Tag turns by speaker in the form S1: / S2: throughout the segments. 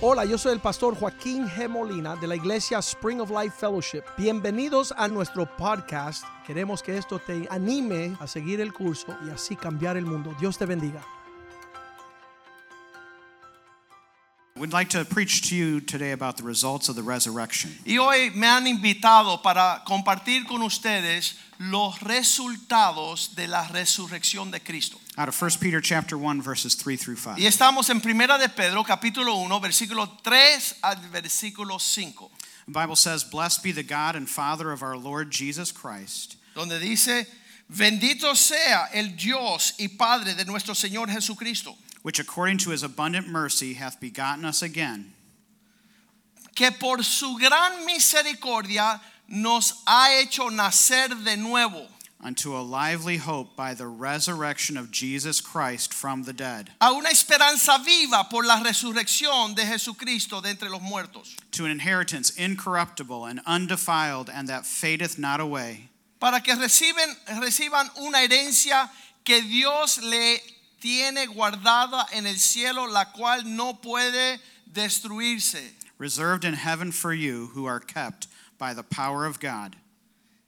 S1: Hola, yo soy el pastor Joaquín G. Molina de la iglesia Spring of Life Fellowship. Bienvenidos a nuestro podcast. Queremos que esto te anime a seguir el curso y así cambiar el mundo. Dios te bendiga.
S2: We'd like to preach to you today about the results of the resurrection.
S3: Y hoy me han invitado para compartir con ustedes los resultados de la resurrección de Cristo.
S2: Out of 1 Peter chapter 1 verses 3 through 5.
S3: Y estamos en Primera de Pedro, capítulo 1, versículo 3 al versículo 5,
S2: The Bible says, "Blessed be the God and Father of our Lord Jesus Christ,
S3: donde dice, bendito sea el Dios y Padre de nuestro Señor Jesucristo,
S2: which according to his abundant mercy hath begotten us again
S3: que por su gran misericordia nos ha hecho nacer de nuevo
S2: unto a lively hope by the resurrection of Jesus Christ from the dead,
S3: a una esperanza viva por la resurrección de Jesucristo de entre los muertos.
S2: to an inheritance incorruptible and undefiled and that fadeth not away,
S3: para que reciben, reciban una herencia que Dios le tiene guardada en el cielo, la cual no puede destruirse,
S2: reserved in heaven for you who are kept by the power of God."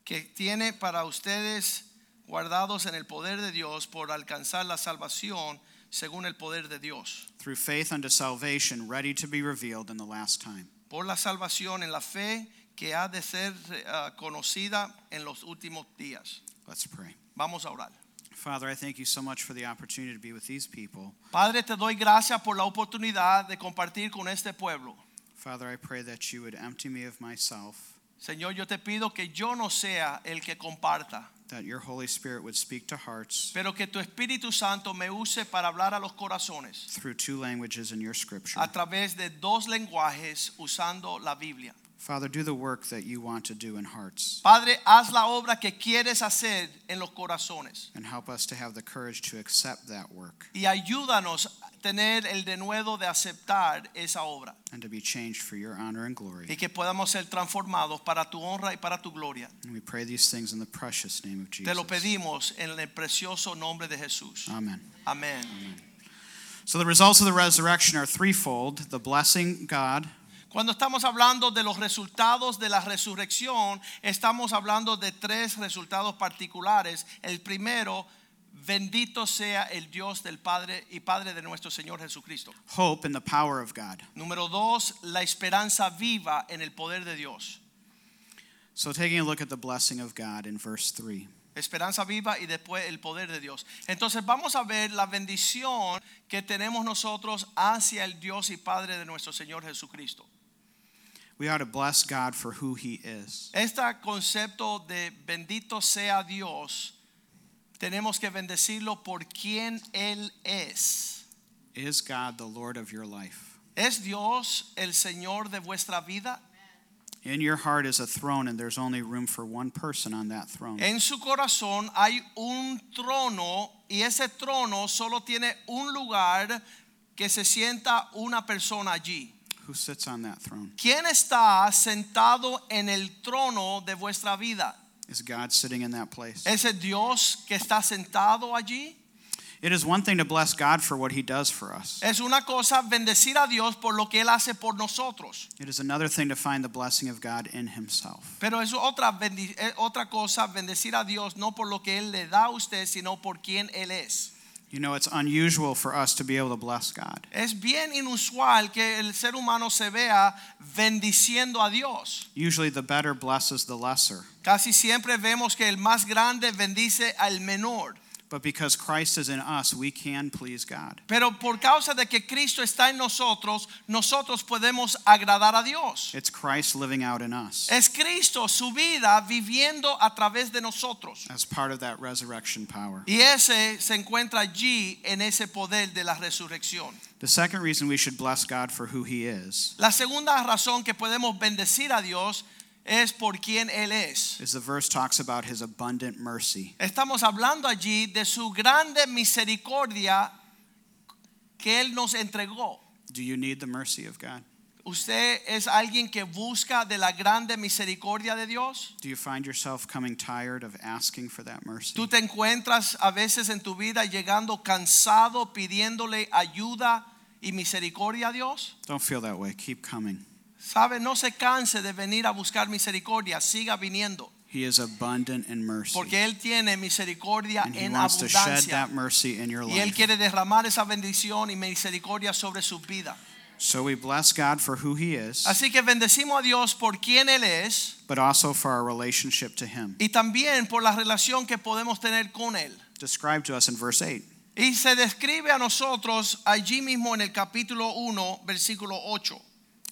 S3: que tiene para ustedes guardados en el poder de Dios por alcanzar la salvación según el poder de Dios,
S2: through faith unto salvation, ready to be revealed in the last time.
S3: por la salvación en la fe que ha de ser eh, conocida en los últimos días.
S2: Let's pray.
S3: Vamos a orar.
S2: Father, I thank you so much for the opportunity to be with these people.
S3: Padre, te doy gracias por la oportunidad de compartir con este pueblo.
S2: Father, I pray that you would empty me of myself,
S3: Señor, yo te pido que yo no sea el que comparta,
S2: that your Holy Spirit would speak to hearts
S3: pero que tu Espíritu Santo me use para hablar a los corazones
S2: through two languages in your scripture.
S3: a través de dos lenguajes usando la Biblia.
S2: Father, do the work that you want to do in hearts
S3: Padre, haz la obra que quieres hacer en los corazones
S2: and help us to have the courage to accept that work
S3: y ayúdanos a tener el denuedo de aceptar esa obra
S2: and to be changed for your honor and glory.
S3: y que podamos ser transformados para tu honra y para tu gloria.
S2: And we pray these things in the precious name of
S3: Te
S2: Jesus.
S3: lo pedimos en el precioso nombre de Jesús.
S2: Amen.
S3: Amén.
S2: So the results of the resurrection are threefold the blessing God,
S3: Cuando estamos hablando de los resultados de la resurrección, estamos hablando de tres resultados particulares. El primero, bendito sea el Dios del Padre y Padre de nuestro Señor Jesucristo.
S2: hope in the power of God.
S3: Número dos, la esperanza viva en el poder de Dios.
S2: So, taking a look at the blessing of God in verse 3.
S3: Esperanza viva y después el poder de Dios. Entonces vamos a ver la bendición que tenemos nosotros hacia el Dios y Padre de nuestro Señor Jesucristo.
S2: We ought to bless God for who He is.
S3: Este concepto de bendito sea Dios, tenemos que bendecirlo por quien Él es.
S2: Is God the Lord of your life?
S3: ¿Es Dios el Señor de vuestra vida?
S2: In your heart is a throne, and there's only room for one person on that throne.
S3: En su corazón hay un trono y ese trono solo tiene un lugar que se sienta una persona allí.
S2: Who sits on that throne?
S3: ¿Quién está sentado en el trono de vuestra vida?
S2: Is God sitting in that place?
S3: ¿Es el Dios que está sentado allí?
S2: It is one thing to bless God for what He does for us,
S3: Es una cosa bendecir a Dios por lo que Él hace por nosotros,
S2: it is another thing to find the blessing of God in Himself.
S3: pero es otra, bendi- eh, otra cosa bendecir a Dios no por lo que Él le da a usted, sino por quien Él es.
S2: You know, it's unusual for us to be able to bless God.
S3: Es bien inusual que el ser humano se vea bendiciendo a Dios.
S2: Usually, the better blesses the lesser.
S3: Casi siempre vemos que el más grande bendice al menor,
S2: But because Christ is in us, we can please God.
S3: pero por causa de que Cristo está en nosotros, nosotros podemos agradar a Dios.
S2: It's Christ living out in us.
S3: Es Cristo su vida viviendo a través de nosotros.
S2: as part of that resurrection power.
S3: Y ese se encuentra allí en ese poder de la resurrección.
S2: The second reason we should bless God for who He is
S3: La segunda razón que podemos bendecir a Dios es por quien Él es.
S2: is the verse talks about His abundant mercy.
S3: Estamos hablando allí de su grande misericordia que Él nos entregó.
S2: Do you need the mercy of God?
S3: ¿Usted es alguien que busca de la grande misericordia de Dios?
S2: Do you find yourself coming tired of asking for that mercy?
S3: ¿Tú te encuentras a veces en tu vida llegando cansado pidiéndole ayuda y misericordia a Dios?
S2: Don't feel that way. Keep coming.
S3: ¿Sabe? No se canse de venir a buscar misericordia, siga viniendo,
S2: He is abundant in mercy.
S3: porque Él tiene misericordia
S2: And He
S3: en
S2: wants to shed
S3: abundancia.
S2: that mercy in your
S3: Y Él
S2: life.
S3: quiere derramar esa bendición y misericordia sobre su vida.
S2: So we bless God for who He is,
S3: Así que bendecimos a Dios por quien Él es
S2: but also for our relationship to Him.
S3: y también por la relación que podemos tener con Él.
S2: Described to us in verse 8.
S3: Y se describe a nosotros allí mismo en el capítulo 1, versículo 8,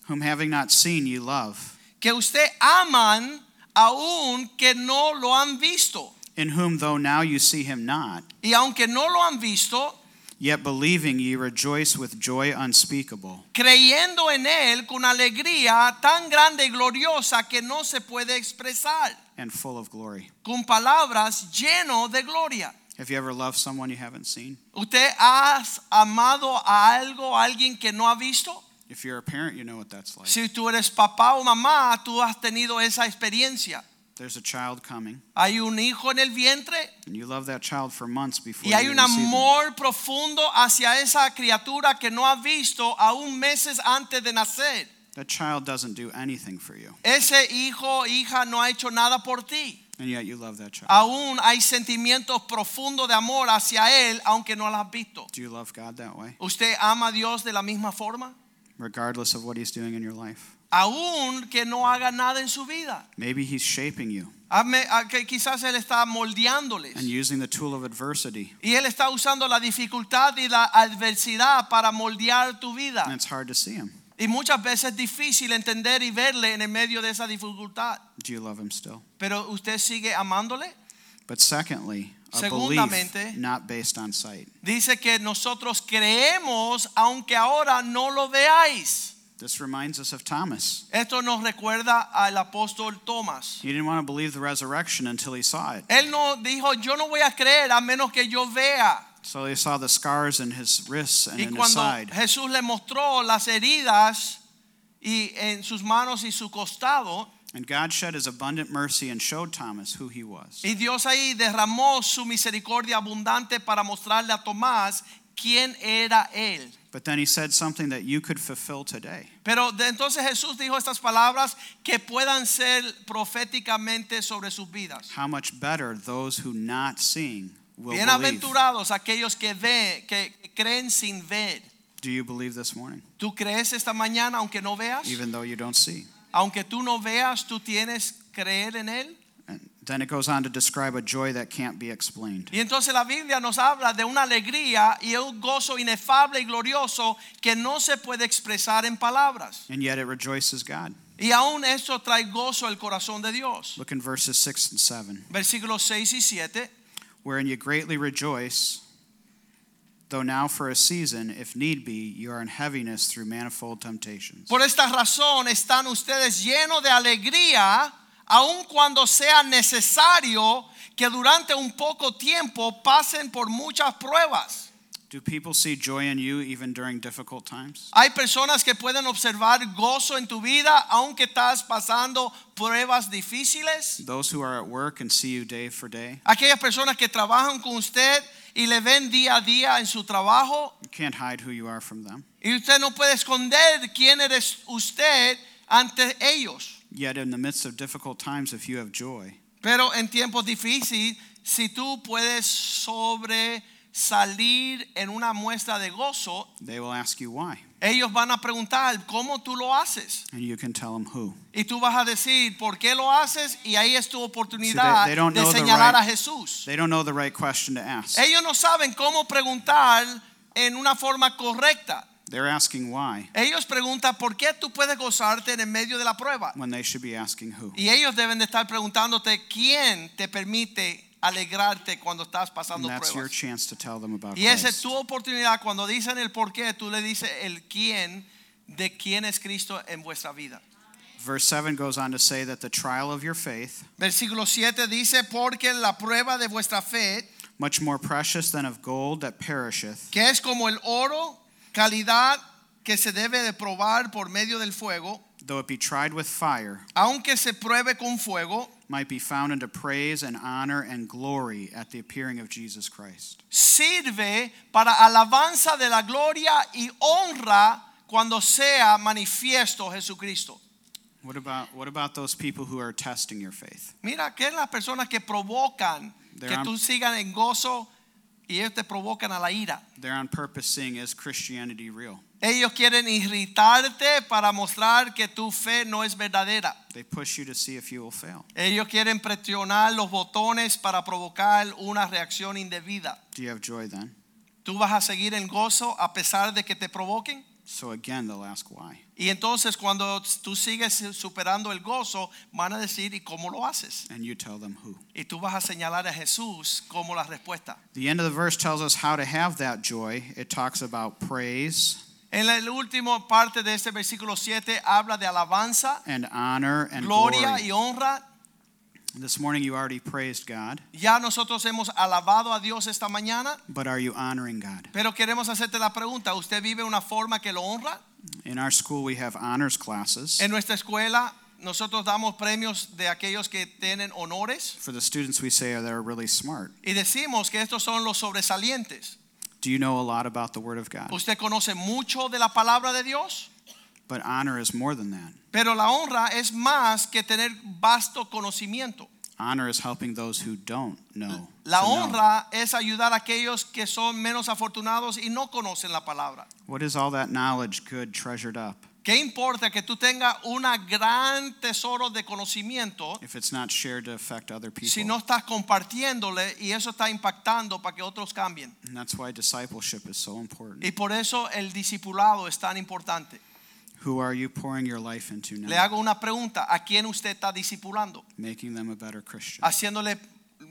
S2: Whom having not seen, ye love,
S3: que usted aman aún que no lo han visto.
S2: in whom though now you see Him not,
S3: Y aunque no lo han visto,
S2: yet believing ye rejoice with joy unspeakable.
S3: creyendo en Él con alegría tan grande y gloriosa que no se puede expresar,
S2: and full of glory.
S3: con palabras lleno de gloria.
S2: Have you ever loved someone you haven't seen?
S3: ¿Usted ha amado a algo, a alguien que no ha visto?
S2: If you're a parent, you know what that's like.
S3: Si tú eres papá o mamá, tú has tenido esa experiencia.
S2: There's a child coming,
S3: Hay un hijo en el vientre
S2: and you love that child for months before
S3: y
S2: you
S3: hay un
S2: even see them.
S3: amor profundo hacia esa criatura que no ha visto aún meses antes de nacer.
S2: That child doesn't do anything for you,
S3: Ese hijo o hija no ha hecho nada por ti.
S2: and yet you love that child.
S3: Aún hay sentimientos profundos de amor hacia él, aunque no lo has visto.
S2: Do you love God that way,
S3: ¿Usted ama a Dios de la misma forma?
S2: regardless of what He's doing in your life?
S3: Aún que no haga nada en su vida.
S2: Maybe He's shaping you
S3: Hazme- a- que Quizás Él está moldeándoles.
S2: and using the tool of adversity,
S3: Y Él está usando la dificultad y la adversidad para moldear tu vida.
S2: and it's hard to see Him.
S3: Y muchas veces es difícil entender y verle en el medio de esa dificultad.
S2: Do you love Him still?
S3: Pero usted sigue amándole.
S2: But secondly, a
S3: Segundamente-
S2: belief not based on sight.
S3: Dice que nosotros creemos aunque ahora no lo veáis.
S2: This reminds us of Thomas.
S3: Esto nos recuerda al apóstol Tomás.
S2: He didn't want to believe the resurrection until he saw it.
S3: Él no dijo, yo no voy a creer a menos que yo vea.
S2: So they saw the scars in his wrists and
S3: Y
S2: in his
S3: cuando
S2: side.
S3: Jesús le mostró las heridas y en sus manos y su costado,
S2: And God shed his abundant mercy and showed Thomas who he was.
S3: y Dios ahí derramó su misericordia abundante para mostrarle a Tomás quién era él.
S2: But then he said something that you could fulfill today.
S3: Pero de- entonces Jesús dijo estas palabras que puedan ser proféticamente sobre sus vidas.
S2: How much better those who not seeing will believe.
S3: Bienaventurados aquellos que ve, que creen sin ver.
S2: Do you believe this morning?
S3: Tú crees esta mañana aunque no veas,
S2: Even though you don't see.
S3: aunque tú no veas, tú tienes creer en él.
S2: And then it goes on to describe a joy that can't be explained.
S3: Y entonces la Biblia nos habla de una alegría y un gozo inefable y glorioso que no se puede expresar en palabras.
S2: And yet it rejoices God.
S3: Y aún eso trae gozo al corazón de Dios.
S2: Look in verses 6 and 7.
S3: Versículos 6 y 7.
S2: Wherein you greatly rejoice, though now for a season, if need be, you are in heaviness through manifold temptations.
S3: Por esta razón están ustedes llenos de alegría, aun cuando sea necesario que durante un poco tiempo pasen por muchas pruebas.
S2: Do people see joy in you even during difficult times?
S3: Hay personas que pueden observar gozo en tu vida, aunque estás pasando pruebas difíciles.
S2: Those who are at work and see you day for day,
S3: Aquellas personas que trabajan con usted y le ven día a día en su trabajo
S2: you can't hide who you are from them.
S3: y usted no puede esconder quién eres usted ante ellos.
S2: Yet, in the midst of difficult times, if you have joy,
S3: Pero en tiempos difíciles, si tú puedes sobresalir en una muestra de gozo,
S2: they will ask you why,
S3: ellos van a preguntar cómo tú lo haces.
S2: and you can tell them who.
S3: Y tú vas a decir por qué lo haces y ahí es tu
S2: See,
S3: oportunidad
S2: they- they don't
S3: de
S2: know the
S3: señalar
S2: right-
S3: a Jesús.
S2: They don't know the right question to ask.
S3: Ellos no saben cómo preguntar en una forma correcta.
S2: They're asking why
S3: Ellos preguntan por qué tú puedes gozarte en el medio de la prueba.
S2: when they should be asking who.
S3: Y ellos deben de estar preguntándote quién te permite alegrarte cuando estás
S2: And
S3: pasando
S2: that's your
S3: pruebas.
S2: chance to tell them about
S3: Y esa es
S2: Christ.
S3: tu oportunidad. Cuando dicen el por qué, tú le dices el quién de quién es Cristo en vuestra vida.
S2: Verse 7 goes on to say that the trial of your faith,
S3: Versículo 7 dice, porque la prueba de vuestra fe,
S2: much more precious than of gold that perisheth,
S3: que es como el oro, calidad que se debe de probar por medio del fuego,
S2: though it be tried with fire,
S3: aunque se pruebe con fuego,
S2: might be found unto praise and honor and glory at the appearing of Jesus Christ.
S3: sirve para alabanza de la gloria y honra cuando sea manifiesto Jesucristo.
S2: What about what about those people who are testing your faith?
S3: Mira, que es las personas que provocan
S2: They're
S3: que
S2: on-
S3: tú sigas en gozo y ellos te provocan a la ira.
S2: They're on purpose saying, "Is Christianity real?"
S3: Ellos quieren irritarte para mostrar que tu fe no es verdadera.
S2: They push you to see if you will fail.
S3: Ellos quieren presionar los botones para provocar una reacción indebida.
S2: Do you have joy then?
S3: Tú vas a seguir en gozo a pesar de que te provoquen.
S2: So again, they'll ask why.
S3: Y entonces cuando tú sigues superando el gozo, van a decir, ¿y cómo lo haces?
S2: And you tell them who.
S3: Y tú vas a señalar a Jesús como la respuesta.
S2: The end of the verse tells us how to have that joy. It talks about praise
S3: En la última parte de este versículo 7 habla de alabanza,
S2: and honor and
S3: gloria
S2: glory.
S3: y honra.
S2: This morning you already praised God,
S3: Ya nosotros hemos alabado a Dios esta mañana,
S2: but are you honoring God?
S3: pero queremos hacerte la pregunta, ¿usted vive una forma que lo honra?
S2: In our school we have honors classes.
S3: En nuestra escuela nosotros damos premios de aquellos que tienen honores
S2: For the students we say are that are really smart.
S3: y decimos que estos son los sobresalientes.
S2: Do you know a lot about the word of God?
S3: Usted conoce mucho de la palabra de Dios,
S2: But honor is more than that.
S3: pero la honra es más que tener vasto conocimiento.
S2: Honor is helping those who don't know.
S3: La
S2: to know.
S3: honra es ayudar a aquellos que son menos afortunados y no conocen la palabra.
S2: What is all that knowledge good treasured up
S3: ¿Qué importa que tú tengas una gran tesoro de conocimiento
S2: if it's not shared to affect other people?
S3: si no estás compartiéndole y eso está impactando para que otros cambien?
S2: And that's why discipleship is so important.
S3: Y por eso el discipulado es tan importante.
S2: Who are you pouring your life into now?
S3: Le hago una pregunta, ¿a quién usted está discipulando?
S2: Making them a better Christian.
S3: Haciéndole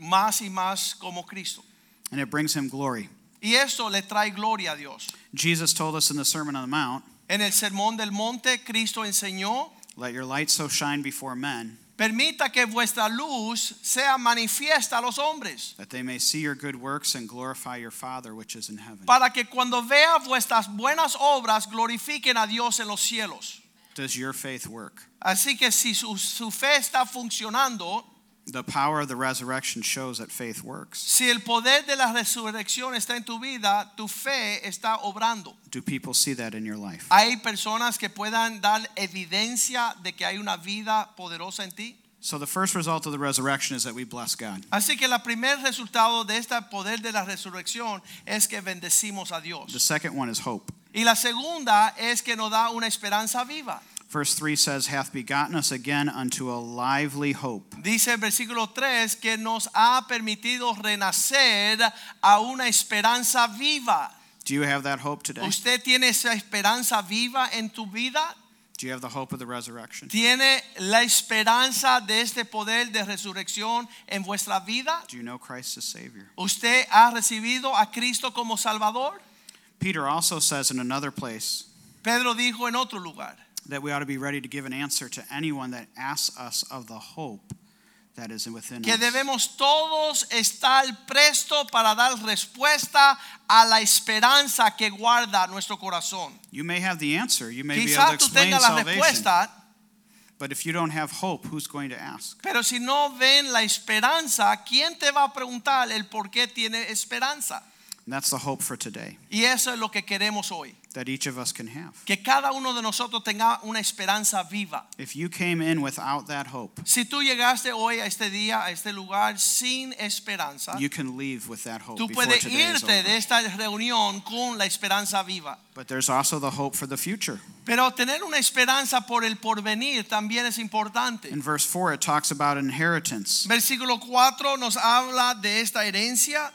S3: más y más como Cristo.
S2: And it brings him glory.
S3: Y eso le trae gloria a Dios.
S2: Jesus told us in the Sermon on the Mount,
S3: En el Sermón del Monte Cristo enseñó,
S2: Let your light so shine before men
S3: permita que vuestra luz sea manifiesta a los hombres,
S2: that they may see your good works and glorify your Father which is in heaven.
S3: para que cuando vea vuestras buenas obras glorifiquen a Dios en los cielos.
S2: Does your faith work?
S3: Así que si su, su fe está funcionando,
S2: The power of the resurrection shows that faith works.
S3: si el poder de la resurrección está en tu vida, tu fe está obrando.
S2: Do people see that in your life?
S3: Hay personas que puedan dar evidencia de que hay una vida poderosa en ti.
S2: So the first result of the resurrection is that we bless God.
S3: Así que el primer resultado de este poder de la resurrección es que bendecimos a
S2: The
S3: Dios.
S2: second one is hope.
S3: Y la segunda es que nos da una esperanza viva.
S2: Verse 3 says, Hath begotten us again unto a lively hope.
S3: Dice el versículo 3 que nos ha permitido renacer a una esperanza viva.
S2: Do you have that hope today?
S3: ¿Usted tiene esa esperanza viva en tu vida?
S2: Do you have the hope of the resurrection?
S3: ¿Tiene la esperanza de este poder de resurrección en vuestra vida?
S2: Do you know Christ as Savior?
S3: ¿Usted ha recibido a Cristo como Salvador?
S2: Peter also says in another place
S3: Pedro dijo en otro lugar.
S2: that we ought to be ready to give an answer to anyone that asks us of the hope that is within
S3: que
S2: us.
S3: debemos todos estar presto para dar respuesta a la esperanza que guarda nuestro corazón.
S2: You may have the answer. You may be able to
S3: Quizás tú
S2: explain
S3: tengas la
S2: salvation.
S3: respuesta,
S2: But if you don't have hope, who's going to ask?
S3: pero si no ven la esperanza, ¿quién te va a preguntar el por qué tiene esperanza?
S2: And that's the hope for today
S3: Y eso es lo que queremos hoy,
S2: that each of us can have.
S3: que cada uno de nosotros tenga una esperanza viva.
S2: If you came in without that hope,
S3: Si tú llegaste hoy a este día, a este lugar sin esperanza,
S2: you can leave with that hope
S3: Ah. tú
S2: before
S3: puedes
S2: today is
S3: irte de
S2: over.
S3: esta reunión con la esperanza viva.
S2: But there's also the hope for the future.
S3: Pero tener una esperanza por el porvenir también es importante.
S2: In verse 4, it talks about inheritance.
S3: Versículo 4 nos habla de esta herencia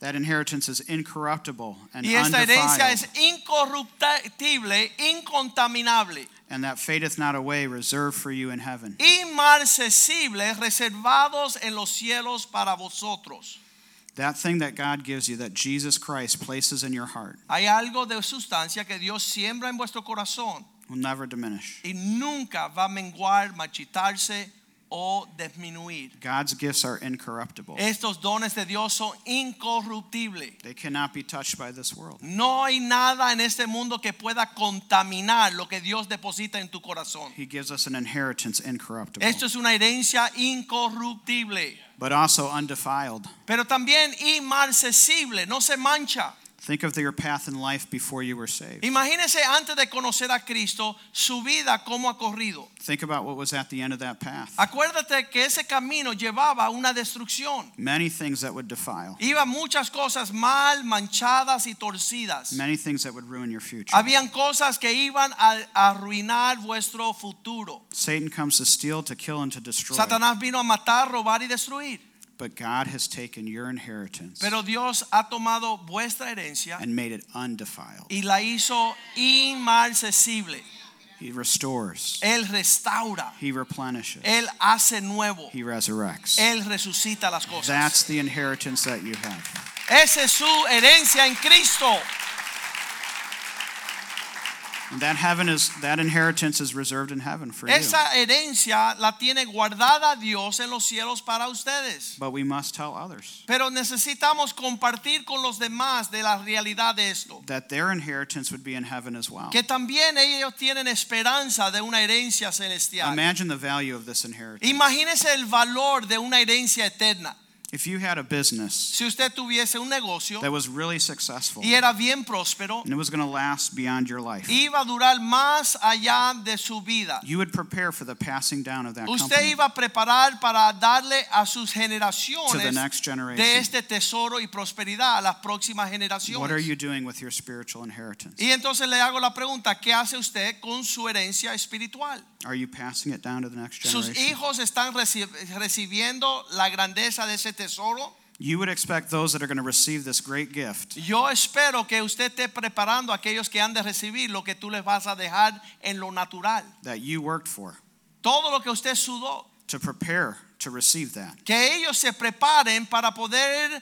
S2: That inheritance is incorruptible and
S3: y esta herencia
S2: undefiled,
S3: es incorruptible, incontaminable,
S2: and that fadeth not away, reserved for you in heaven.
S3: inmarcesible, reservados en los cielos para vosotros.
S2: That thing that God gives you, that Jesus Christ places in your heart,
S3: Hay algo de sustancia que Dios siembra en vuestro corazón
S2: will never diminish.
S3: y nunca va a menguar, marchitarse o disminuir.
S2: God's gifts are incorruptible.
S3: Estos dones de Dios son incorruptibles.
S2: They cannot be touched by this world.
S3: No hay nada en este mundo que pueda contaminar lo que Dios deposita en tu corazón.
S2: He gives us an inheritance incorruptible,
S3: Esto es una herencia incorruptible,
S2: but also undefiled.
S3: pero también inmarcesible, no se mancha.
S2: Think of your path in life before you were saved.
S3: Imagínese antes de conocer a Cristo, su vida cómo ha corrido.
S2: Think about what was at the end of that path.
S3: Acuérdate que ese camino llevaba a una destrucción.
S2: Many things that would defile,
S3: Iba muchas cosas mal, manchadas y torcidas.
S2: many things that would ruin your future.
S3: Habían cosas que iban a arruinar vuestro futuro.
S2: Satan comes to steal, to kill, and to destroy.
S3: Satanás vino a matar, robar y destruir.
S2: But God has taken your inheritance
S3: Pero Dios ha tomado vuestra herencia
S2: and made it undefiled.
S3: y la hizo inmarcesible.
S2: He restores,
S3: Él restaura,
S2: He replenishes,
S3: Él hace nuevo,
S2: He resurrects.
S3: Él resucita las cosas.
S2: That's the inheritance that you have.
S3: Esa es su herencia en Cristo.
S2: And that heaven is that inheritance is reserved in heaven for you.
S3: Esa herencia la tiene guardada Dios en los cielos para ustedes.
S2: But we must tell others
S3: Pero necesitamos compartir con los demás de la realidad de esto.
S2: that their inheritance would be in heaven as well.
S3: Que también ellos tienen esperanza de una herencia celestial.
S2: Imagine the value of this inheritance.
S3: Imagínese el valor de una herencia eterna.
S2: If you had a business
S3: Si usted tuviese un negocio
S2: that was really successful
S3: y era bien próspero,
S2: and it was going to last beyond your life,
S3: iba a durar más allá de su vida.
S2: you would prepare for the passing down of that
S3: Usted
S2: company
S3: iba a preparar para darle a sus
S2: to the
S3: generaciones
S2: next
S3: de
S2: generation.
S3: este tesoro y prosperidad a las
S2: What
S3: próximas
S2: are
S3: generaciones.
S2: you doing with your spiritual inheritance?
S3: Y entonces le hago la pregunta, ¿qué hace usted con su herencia espiritual?
S2: Are you passing it down to the next
S3: Sus
S2: generation?
S3: hijos están reci- recibiendo la grandeza de ese tesoro.
S2: You would expect those that are going to receive this great gift
S3: Yo espero que usted esté preparando a aquellos que han de recibir lo que tú les vas a dejar en lo natural.
S2: that you worked for
S3: Todo lo que usted sudó,
S2: to prepare to receive that.
S3: que ellos se preparen para poder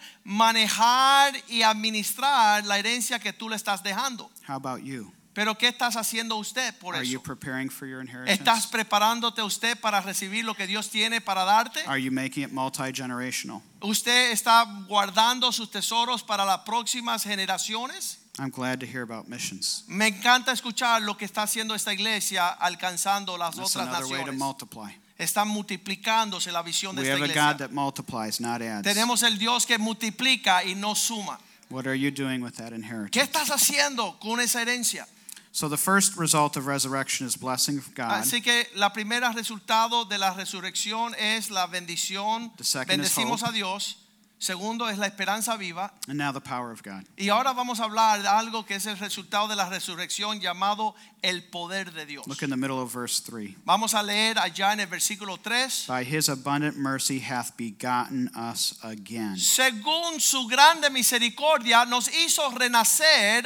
S3: manejar y administrar la herencia que tú le estás dejando.
S2: How about you?
S3: Pero ¿qué estás haciendo usted por
S2: Are you
S3: eso?
S2: preparing for your
S3: ¿Estás
S2: inheritance?
S3: preparándote usted para recibir lo que Dios tiene para darte?
S2: Are you making it multi generational?
S3: ¿Usted está guardando sus tesoros para las próximas generaciones?
S2: I'm glad to hear about missions.
S3: Me encanta escuchar lo que está haciendo esta iglesia alcanzando las
S2: That's
S3: otras
S2: another way to
S3: naciones.
S2: multiply.
S3: Está multiplicándose la visión de
S2: We
S3: esta
S2: have a God
S3: iglesia.
S2: that multiplies, not adds.
S3: Tenemos el Dios que multiplica y no suma.
S2: What are you doing with that
S3: ¿Qué
S2: inheritance?
S3: estás haciendo con esa herencia?
S2: So the first result of resurrection is blessing of God.
S3: Así que la primera resultado de la resurrección es la bendición.
S2: The second is
S3: Bendecimos
S2: hope.
S3: a Dios. Segundo es la esperanza viva.
S2: And now the power of God.
S3: Y ahora vamos a hablar de algo que es el resultado de la resurrección llamado el poder de Dios.
S2: Look in the middle of verse 3.
S3: Vamos a leer allá en el versículo 3.
S2: By his abundant mercy hath begotten us again.
S3: Según su grande misericordia nos hizo renacer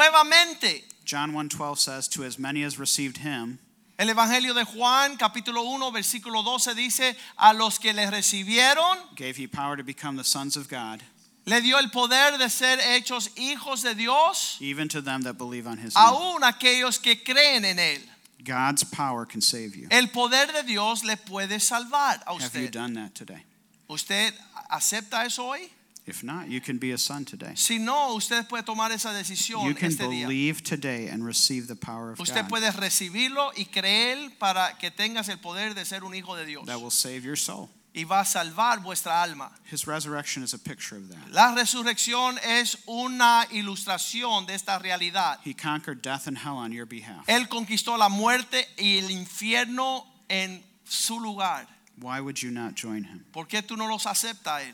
S3: nuevamente.
S2: John 1:12 says, "To as many as received him,
S3: El Evangelio de Juan capítulo 1 versículo 12 dice, a los que le recibieron
S2: gave he power to become the sons of God,
S3: le dio el poder de ser hechos hijos de Dios,
S2: even to them that believe on his name."
S3: aún aquellos que creen en él.
S2: God's power can save you.
S3: El poder de Dios le puede salvar a
S2: Have you
S3: usted.
S2: done that today?
S3: ¿Usted acepta eso hoy?
S2: If not, you can be a son today.
S3: Si no, usted puede tomar esa decisión
S2: You can
S3: este día.
S2: believe today and receive the power of
S3: Usted
S2: God
S3: puede recibirlo y creer para que tengas el poder de ser un hijo de Dios
S2: that will save your soul.
S3: y va a salvar vuestra alma.
S2: His resurrection is a picture of that.
S3: La resurrección es una ilustración de esta realidad.
S2: He conquered death and hell on your behalf.
S3: Él conquistó la muerte y el infierno en su lugar.
S2: Why would you not join him?
S3: ¿Por qué tú no los aceptas a él?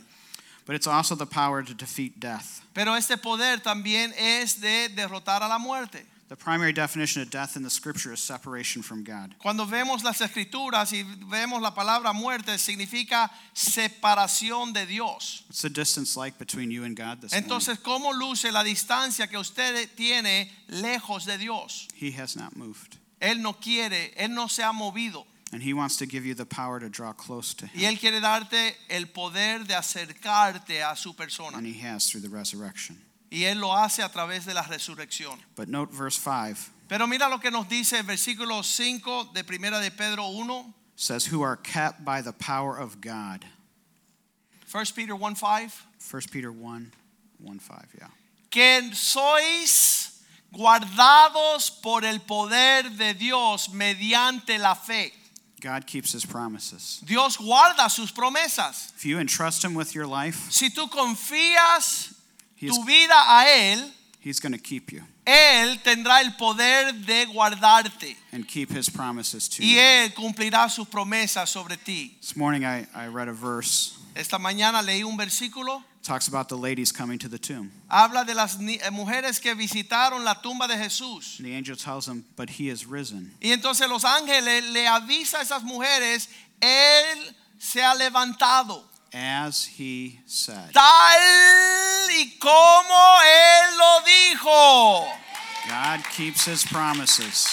S2: But it's also the power to defeat death.
S3: Pero este poder también es de derrotar a la muerte.
S2: The primary definition of death in the scripture is separation from God.
S3: Cuando vemos las escrituras y vemos la palabra muerte, significa separación de Dios.
S2: What's the distance like between you and God this morning?
S3: Entonces, ¿cómo luce la distancia que usted tiene lejos de Dios?
S2: He has not moved.
S3: Él no quiere, Él no se ha movido
S2: And he wants to give you the power to draw close to
S3: y
S2: him.
S3: Él quiere darte el poder de acercarte a su
S2: And
S3: persona
S2: he has through the resurrection.
S3: y Él lo hace a través de la resurrección.
S2: But note verse 5.
S3: Pero mira lo que nos dice el versículo 5 de Primera de Pedro 1.
S2: says, Who are kept by the power of God.
S3: 1 Peter 1 5.
S2: 1 Peter 1 1 5, yeah.
S3: Que sois guardados por el poder de Dios mediante la fe.
S2: God keeps his promises.
S3: Dios guarda sus promesas.
S2: If you entrust him with your life,
S3: Si tú confías
S2: he's,
S3: tu vida a Él,
S2: he's going to keep you
S3: Él tendrá el poder de guardarte
S2: and keep his promises to
S3: y
S2: you.
S3: Él cumplirá sus promesas sobre ti.
S2: This morning I, I read a verse
S3: Esta mañana leí un versículo,
S2: talks about the ladies coming to the tomb.
S3: habla de las ni- eh, mujeres que visitaron la tumba de Jesús.
S2: And the angel tells them, But he is risen.
S3: Y entonces los ángeles le avisa a esas mujeres, Él se ha levantado,
S2: As he said.
S3: tal y como Él lo dijo.
S2: God keeps his promises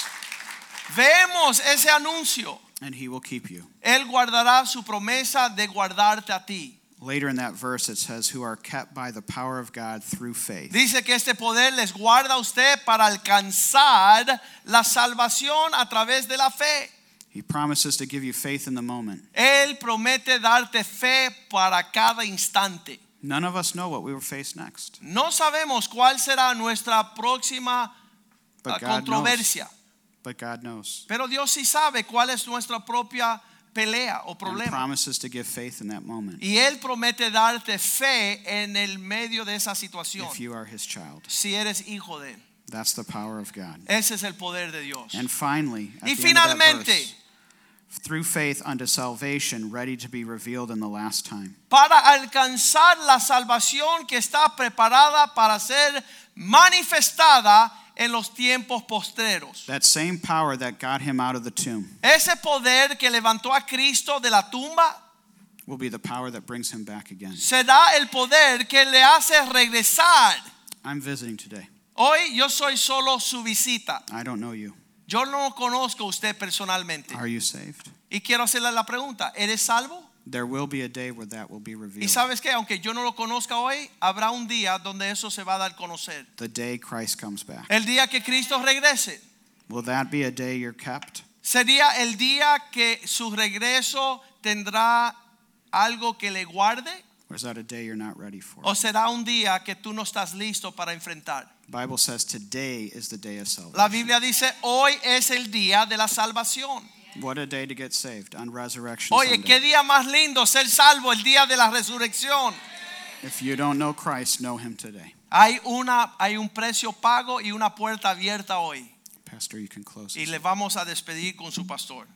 S3: Vemos ese anuncio.
S2: and he will keep you.
S3: Él guardará su promesa de guardarte a ti.
S2: Later in that verse, it says, Who are kept by the power of God through faith.
S3: Dice que este poder les guarda a usted para alcanzar la salvación a través de la fe.
S2: He promises to give you faith in the moment.
S3: Él promete darte fe para cada instante.
S2: None of us know what we will face next,
S3: No sabemos cuál será nuestra próxima
S2: but
S3: ah,
S2: God knows.
S3: controversia,
S2: But God knows.
S3: pero Dios sí sabe cuál es nuestra propia pelea o
S2: And
S3: problema.
S2: promises to give faith in that moment
S3: Y Él promete darte fe en el medio de esa situación,
S2: if you are his child.
S3: si eres hijo de Él.
S2: That's the power of God.
S3: Ese es el poder de Dios.
S2: And finally, at
S3: Y
S2: the end of that
S3: finalmente.
S2: verse, through faith unto salvation, ready to be revealed in the last time.
S3: para alcanzar la salvación que está preparada para ser manifestada en los tiempos postreros.
S2: That same power that got him out of the tomb
S3: Ese poder que levantó a Cristo de la tumba
S2: will be the power that brings him back again.
S3: será el poder que le hace regresar.
S2: I'm visiting today.
S3: Hoy yo soy solo su visita.
S2: I don't know you.
S3: Yo no conozco a usted personalmente.
S2: Are you saved?
S3: Y quiero hacerle la pregunta, ¿eres salvo?
S2: There will be a day where that will be
S3: Y
S2: revealed.
S3: sabes que aunque yo no lo conozca hoy, habrá un día donde eso se va a dar a conocer.
S2: The day Christ comes back.
S3: El día que Cristo regrese.
S2: Will that be a day you're kept?
S3: Sería el día que su regreso tendrá algo que le guarde
S2: Or is that a day you're not ready for?
S3: o será un día que tú no estás listo para enfrentar.
S2: Bible says today is the day of salvation.
S3: La Biblia dice, hoy es el día de la salvación.
S2: What a day to get saved on Resurrection
S3: Oye,
S2: Sunday.
S3: qué día más lindo ser salvo, el día de la resurrección.
S2: If you don't know Christ, know him today.
S3: Hay, una, hay un precio pago y una puerta abierta hoy.
S2: Pastor, you can close.
S3: Y
S2: us.
S3: le vamos a despedir con su pastor.